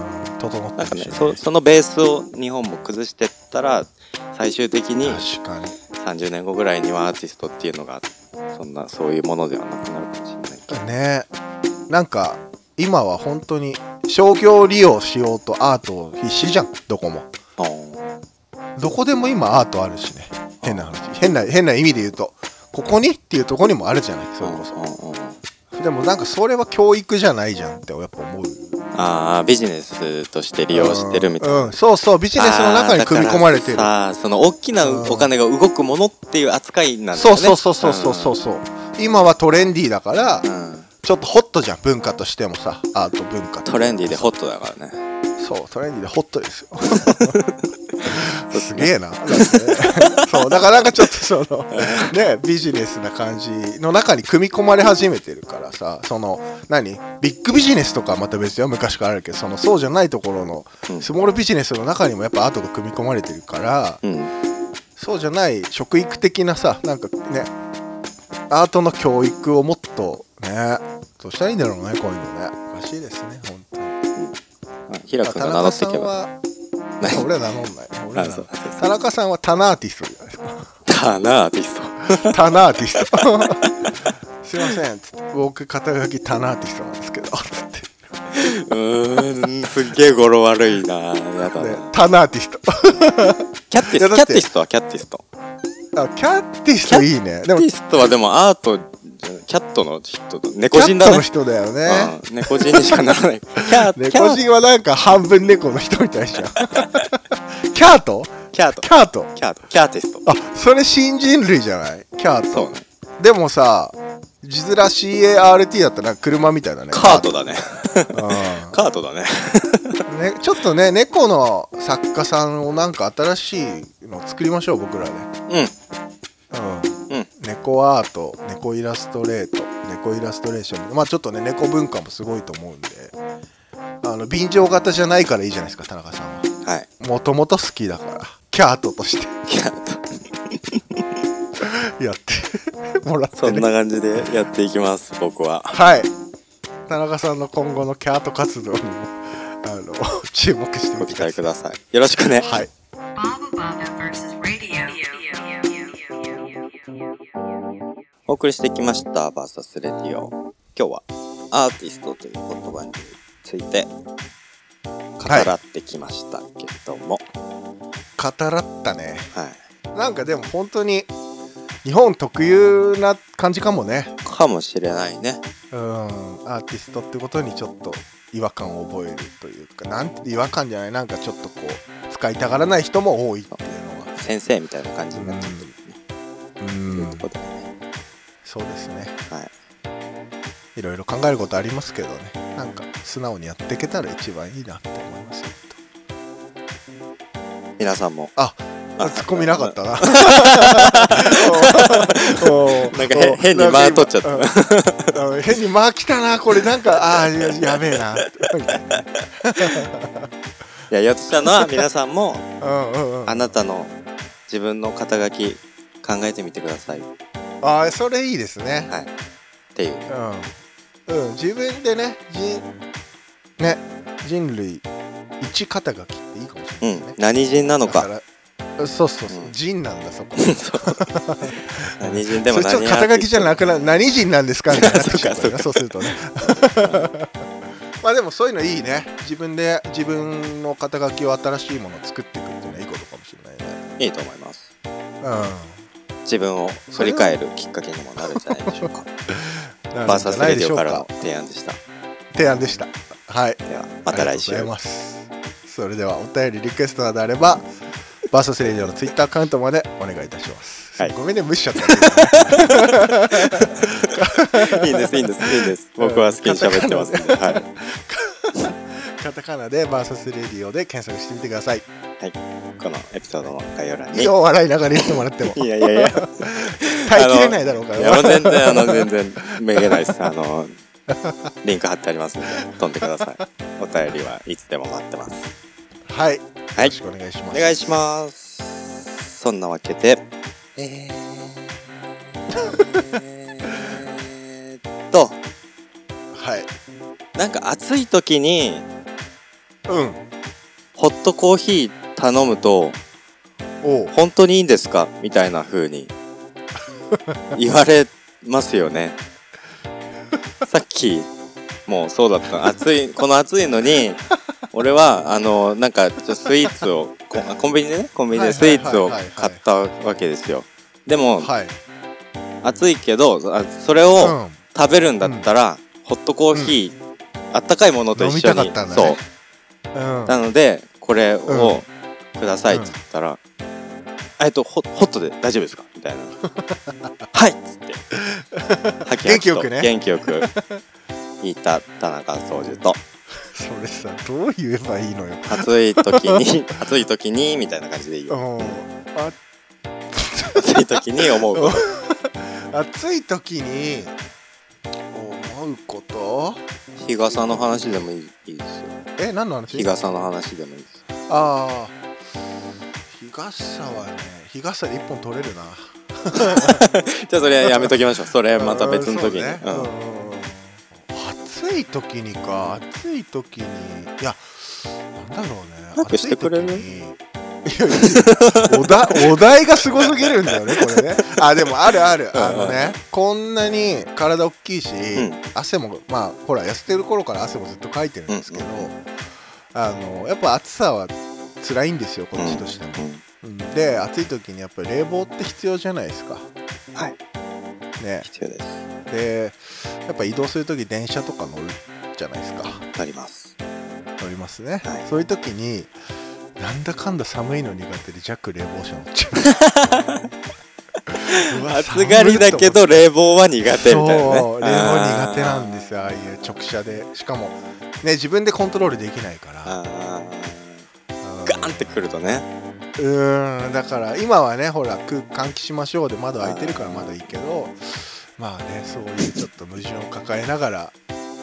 [SPEAKER 2] うん整
[SPEAKER 3] な
[SPEAKER 2] っ
[SPEAKER 3] んか
[SPEAKER 2] て
[SPEAKER 3] ね
[SPEAKER 2] るし
[SPEAKER 3] そそのベースを日本も崩してったら最終的に
[SPEAKER 2] 確かに
[SPEAKER 3] 30年後ぐらいにはアーティストっていうのがそんなそういうものではなくなるかもしれないけど
[SPEAKER 2] ねなんか今は本当に商業利用しようとアートを必死じゃんどこもどこでも今アートあるしね変な話変な変な意味で言うとここにっていうところにもあるじゃないそれこそ
[SPEAKER 3] うんうんうん
[SPEAKER 2] でもなんかそれは教育じゃないじゃんってやっぱ思う
[SPEAKER 3] ああビジネスとして利用してるみたいな、
[SPEAKER 2] うんうんそうそうビジネスの中に組み込まれてる
[SPEAKER 3] ああその大きな
[SPEAKER 2] うん
[SPEAKER 3] お金が動くものっていう扱いなんだ
[SPEAKER 2] そ
[SPEAKER 3] よ
[SPEAKER 2] う
[SPEAKER 3] ね
[SPEAKER 2] そうそうそうそうそうそう今はトレンディーだから
[SPEAKER 3] うん、うん
[SPEAKER 2] ちょっとホットじゃん文化としてもさアート文化
[SPEAKER 3] トレンディー
[SPEAKER 2] で
[SPEAKER 3] でホットだからね
[SPEAKER 2] そうトレンディーでホットですよ <laughs> すげえななんかねそうだからなんかちょっとそのねビジネスな感じの中に組み込まれ始めてるからさその何ビッグビジネスとかはまた別よ昔からあるけどそのそうじゃないところの
[SPEAKER 3] うん
[SPEAKER 2] スモールビジネスの中にもやっぱアートが組み込まれてるから
[SPEAKER 3] うん
[SPEAKER 2] そうじゃない食育的なさなんかねアートの教育をもっとねどうしたらいいんだろうねこういうのねおかしいですね本当に
[SPEAKER 3] あヒラ君が名乗っていけば
[SPEAKER 2] 田中さんは俺は名乗んない俺は名乗んない
[SPEAKER 3] <laughs> あ
[SPEAKER 2] 田中さんはタナアーティストじゃないですか
[SPEAKER 3] かなアーティスト
[SPEAKER 2] タナアーティスト <laughs> すいませんつって僕肩書きタナアーティストなんですけどつって
[SPEAKER 3] うーんすっげえ語呂悪いなやだ
[SPEAKER 2] で
[SPEAKER 3] な
[SPEAKER 2] タナアーティスト
[SPEAKER 3] キャッティ
[SPEAKER 2] いや
[SPEAKER 3] ス
[SPEAKER 2] だって
[SPEAKER 3] トキャッティストはキャッティスト
[SPEAKER 2] あキャッティストいいねで
[SPEAKER 3] キャッ
[SPEAKER 2] も
[SPEAKER 3] ティ
[SPEAKER 2] キ
[SPEAKER 3] ストはでもアートキャットの人猫
[SPEAKER 2] ャ
[SPEAKER 3] 人
[SPEAKER 2] ッ
[SPEAKER 3] だ
[SPEAKER 2] トの
[SPEAKER 3] ね
[SPEAKER 2] 人だよね、
[SPEAKER 3] うん、猫人にしかならないキャッキャ
[SPEAKER 2] 猫
[SPEAKER 3] ッ
[SPEAKER 2] 人はなんか半分猫の人みたいじゃん <laughs> キャート
[SPEAKER 3] キャート
[SPEAKER 2] キャート
[SPEAKER 3] キャートキャーティスト
[SPEAKER 2] あそれ新人類じゃないキャー
[SPEAKER 3] そ
[SPEAKER 2] ト
[SPEAKER 3] うね
[SPEAKER 2] でもさ字面
[SPEAKER 3] <laughs>
[SPEAKER 2] CART だったらなんか車みたいだね
[SPEAKER 3] カートだね
[SPEAKER 2] うん
[SPEAKER 3] カートだね
[SPEAKER 2] ね、ちょっとね猫の作家さんをなんか新しいの作りましょう僕らで、
[SPEAKER 3] う
[SPEAKER 2] うん
[SPEAKER 3] うん
[SPEAKER 2] 猫アート猫イラストレート猫イラストレーションまあちょっとね猫文化もすごいと思うんであの便乗型じゃないからいいじゃないですか田中さんは
[SPEAKER 3] はい
[SPEAKER 2] もともと好きだからキャートとして <laughs>
[SPEAKER 3] キャット
[SPEAKER 2] やって <laughs> もらって、
[SPEAKER 3] <laughs> そ
[SPEAKER 2] ね、
[SPEAKER 3] んな感じでやっていきます僕は
[SPEAKER 2] はい田中さんの今後のキャート活動にもあの注目して
[SPEAKER 3] ご
[SPEAKER 2] み
[SPEAKER 3] 期
[SPEAKER 2] てくだ
[SPEAKER 3] 待
[SPEAKER 2] さい
[SPEAKER 3] くださいよろしくね
[SPEAKER 2] はい
[SPEAKER 1] Baba Baba versus radio.
[SPEAKER 3] お送りしてきました「バーサスレディオ」今日はアーティストという言葉について語らってきましたけども、
[SPEAKER 2] 語らったね
[SPEAKER 3] はい
[SPEAKER 2] なんかでも本当に日本特有な感じかもね
[SPEAKER 3] かもしれないね
[SPEAKER 2] うんアーティストってことにちょっと違和感を覚えるというかなんて違和感じゃないなんかちょっとこう使いたがらない人も多いっていう
[SPEAKER 3] 先生みたいな感じになっちゃってるね
[SPEAKER 2] の
[SPEAKER 3] とい
[SPEAKER 2] は
[SPEAKER 3] うことでね
[SPEAKER 2] そうですね
[SPEAKER 3] はい
[SPEAKER 2] いろいろ考えることありますけどねなんか素直にやっていけたら一番いいなって思いますよ
[SPEAKER 3] 皆さんも
[SPEAKER 2] あ
[SPEAKER 3] あ
[SPEAKER 2] ツッコミなかったな <laughs>
[SPEAKER 3] <laughs> なんかへ変に間取っちゃった
[SPEAKER 2] た、うんうん変に間来たなこれなんかあーややべえな
[SPEAKER 3] いややつしたのは皆さんも
[SPEAKER 2] うんうんうん
[SPEAKER 3] あなたの自分の肩書き考えてみてください。は
[SPEAKER 2] あーそれいいですね
[SPEAKER 3] い。っていう。
[SPEAKER 2] うん、うん、自分でね人ね人類一肩書きっていいかもし
[SPEAKER 3] う
[SPEAKER 2] れない
[SPEAKER 3] ん
[SPEAKER 2] ね。、
[SPEAKER 3] 何人なの
[SPEAKER 2] だ
[SPEAKER 3] か。
[SPEAKER 2] からそうそうそう、
[SPEAKER 3] うん
[SPEAKER 2] 人なんだそこ
[SPEAKER 3] <laughs> そう何人でも
[SPEAKER 2] それちょっと
[SPEAKER 3] 何人
[SPEAKER 2] 肩書きじゃなくなる何人なんですかみたいになってしまうから
[SPEAKER 3] <laughs> そ
[SPEAKER 2] そうする
[SPEAKER 3] <laughs>
[SPEAKER 2] とねまあでもそういうのいいね自分で自分の肩書きを新しいものを作っていくっていうのはいいことかもしれないね
[SPEAKER 3] いいと思います。
[SPEAKER 2] う
[SPEAKER 3] 自分を振り返るきっかけにもなるんじゃないでしょ <laughs> うか。
[SPEAKER 2] ん
[SPEAKER 3] バーサスレディオから
[SPEAKER 2] なん
[SPEAKER 3] の
[SPEAKER 2] じゃないでしょう
[SPEAKER 3] 提案でした。
[SPEAKER 2] 提案でしたはい
[SPEAKER 3] では、また来週。
[SPEAKER 2] ありがとうございますそれではお便りリクエストなどあればバーサスレディオのツイッターアカウントまでお願いいたします、
[SPEAKER 3] はい
[SPEAKER 2] ごめんね無視しちゃったけ <laughs> どね
[SPEAKER 3] いいんです、いいんです、いいんです。僕は好きに喋ってますんで。はい。
[SPEAKER 2] カタカナでバーサスレディオで検索してみてください
[SPEAKER 3] このエピソードの概要欄
[SPEAKER 2] い
[SPEAKER 3] に。
[SPEAKER 2] い
[SPEAKER 3] い
[SPEAKER 2] よ笑いながら言ってもら <laughs> っても
[SPEAKER 3] やいやいや。
[SPEAKER 2] 耐えきれないだろうか
[SPEAKER 3] いやも
[SPEAKER 2] ら
[SPEAKER 3] う全然あの全然めげないですあの <laughs> リンク貼ってありますので飛んでくださいお便りはいつでも待ってます
[SPEAKER 2] はいよ
[SPEAKER 3] は
[SPEAKER 2] ろ
[SPEAKER 3] い
[SPEAKER 2] しくお願いしま
[SPEAKER 3] お
[SPEAKER 2] す、
[SPEAKER 3] 願いしますそんなわけでえーえーっと
[SPEAKER 2] はい
[SPEAKER 3] なんか暑い時に
[SPEAKER 2] うん
[SPEAKER 3] ホットコーヒー頼むと
[SPEAKER 2] おう
[SPEAKER 3] 本当にいいんですかみたいな
[SPEAKER 2] <laughs>
[SPEAKER 3] 風に言われますよねさっきもうそうだった暑いこの暑いのに俺はあのなんかちょっとスイーツをコンコンビニでねコンビニでスイーツを
[SPEAKER 2] はいはいはいはい
[SPEAKER 3] 買ったわけですよでも、
[SPEAKER 2] はい、
[SPEAKER 3] 暑いけどあそれを
[SPEAKER 2] うん、
[SPEAKER 3] 食べるんだったら、ホットコーヒー、あったかいものと一緒に
[SPEAKER 2] 飲みたかったんだ
[SPEAKER 3] そう
[SPEAKER 2] ねうん
[SPEAKER 3] なのでこれをくださいっつったら「えっとホホットで大丈夫ですか?」みたいな <laughs> 「はい!」っつ
[SPEAKER 2] <laughs>
[SPEAKER 3] ってはきは
[SPEAKER 2] 元気
[SPEAKER 3] きと
[SPEAKER 2] よくね
[SPEAKER 3] 元気よく言った田中総司と
[SPEAKER 2] それさどう言えばいいのよ
[SPEAKER 3] 暑い時
[SPEAKER 2] <laughs>
[SPEAKER 3] に暑い時にみたいな感じで言
[SPEAKER 2] う
[SPEAKER 3] うん
[SPEAKER 2] あ
[SPEAKER 3] 暑い時に思うこと
[SPEAKER 2] 暑い時に思うこと
[SPEAKER 3] 日傘の話でもいいいいですよ
[SPEAKER 2] え何の話
[SPEAKER 3] 日傘の話でもいいです
[SPEAKER 2] ああ日傘はね日傘で一本取れるな
[SPEAKER 3] <laughs> じゃあそれやめときましょうそれまた別の時に
[SPEAKER 2] うんそうね
[SPEAKER 3] う
[SPEAKER 2] う
[SPEAKER 3] ん
[SPEAKER 2] ん暑い時にか暑い時にいやなんだろうね
[SPEAKER 3] なんかしてくれる
[SPEAKER 2] 暑い時にいやいやおだお題がすごすぎるんだよねこれねあでもあるある
[SPEAKER 3] うんうん
[SPEAKER 2] あのねこんなに体大きいし、
[SPEAKER 3] ん
[SPEAKER 2] 汗もまあほら痩せてる頃から汗もずっとかいてるんですけど、あのやっぱ暑さは辛いんですよこっちとしても、うんで暑い時にやっぱり冷房って必要じゃないですか
[SPEAKER 3] うんはい
[SPEAKER 2] ね
[SPEAKER 3] 必要です
[SPEAKER 2] でやっぱ移動する時電車とか乗るじゃないですか
[SPEAKER 3] なります
[SPEAKER 2] 乗りますね、
[SPEAKER 3] はい
[SPEAKER 2] そういう時になんだかんだ寒いの苦手で弱冷房車乗っちゃううわ
[SPEAKER 3] <laughs> 暑がりだけど冷房は苦手みたいなね
[SPEAKER 2] そう冷房苦手なんですですよああいう直射でしかもね自分でコントロールできないから
[SPEAKER 3] あ
[SPEAKER 2] うん
[SPEAKER 3] ーガーンってくるとね
[SPEAKER 2] うーんだから今はねほら空換気しましょうで窓開いてるからまだいいけどまあねそういうちょっと矛盾を抱えながら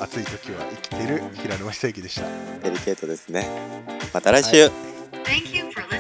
[SPEAKER 2] 暑い時は生きてる平沼久之でした。
[SPEAKER 3] デリケートですねまた来週、
[SPEAKER 1] Thank you for listening.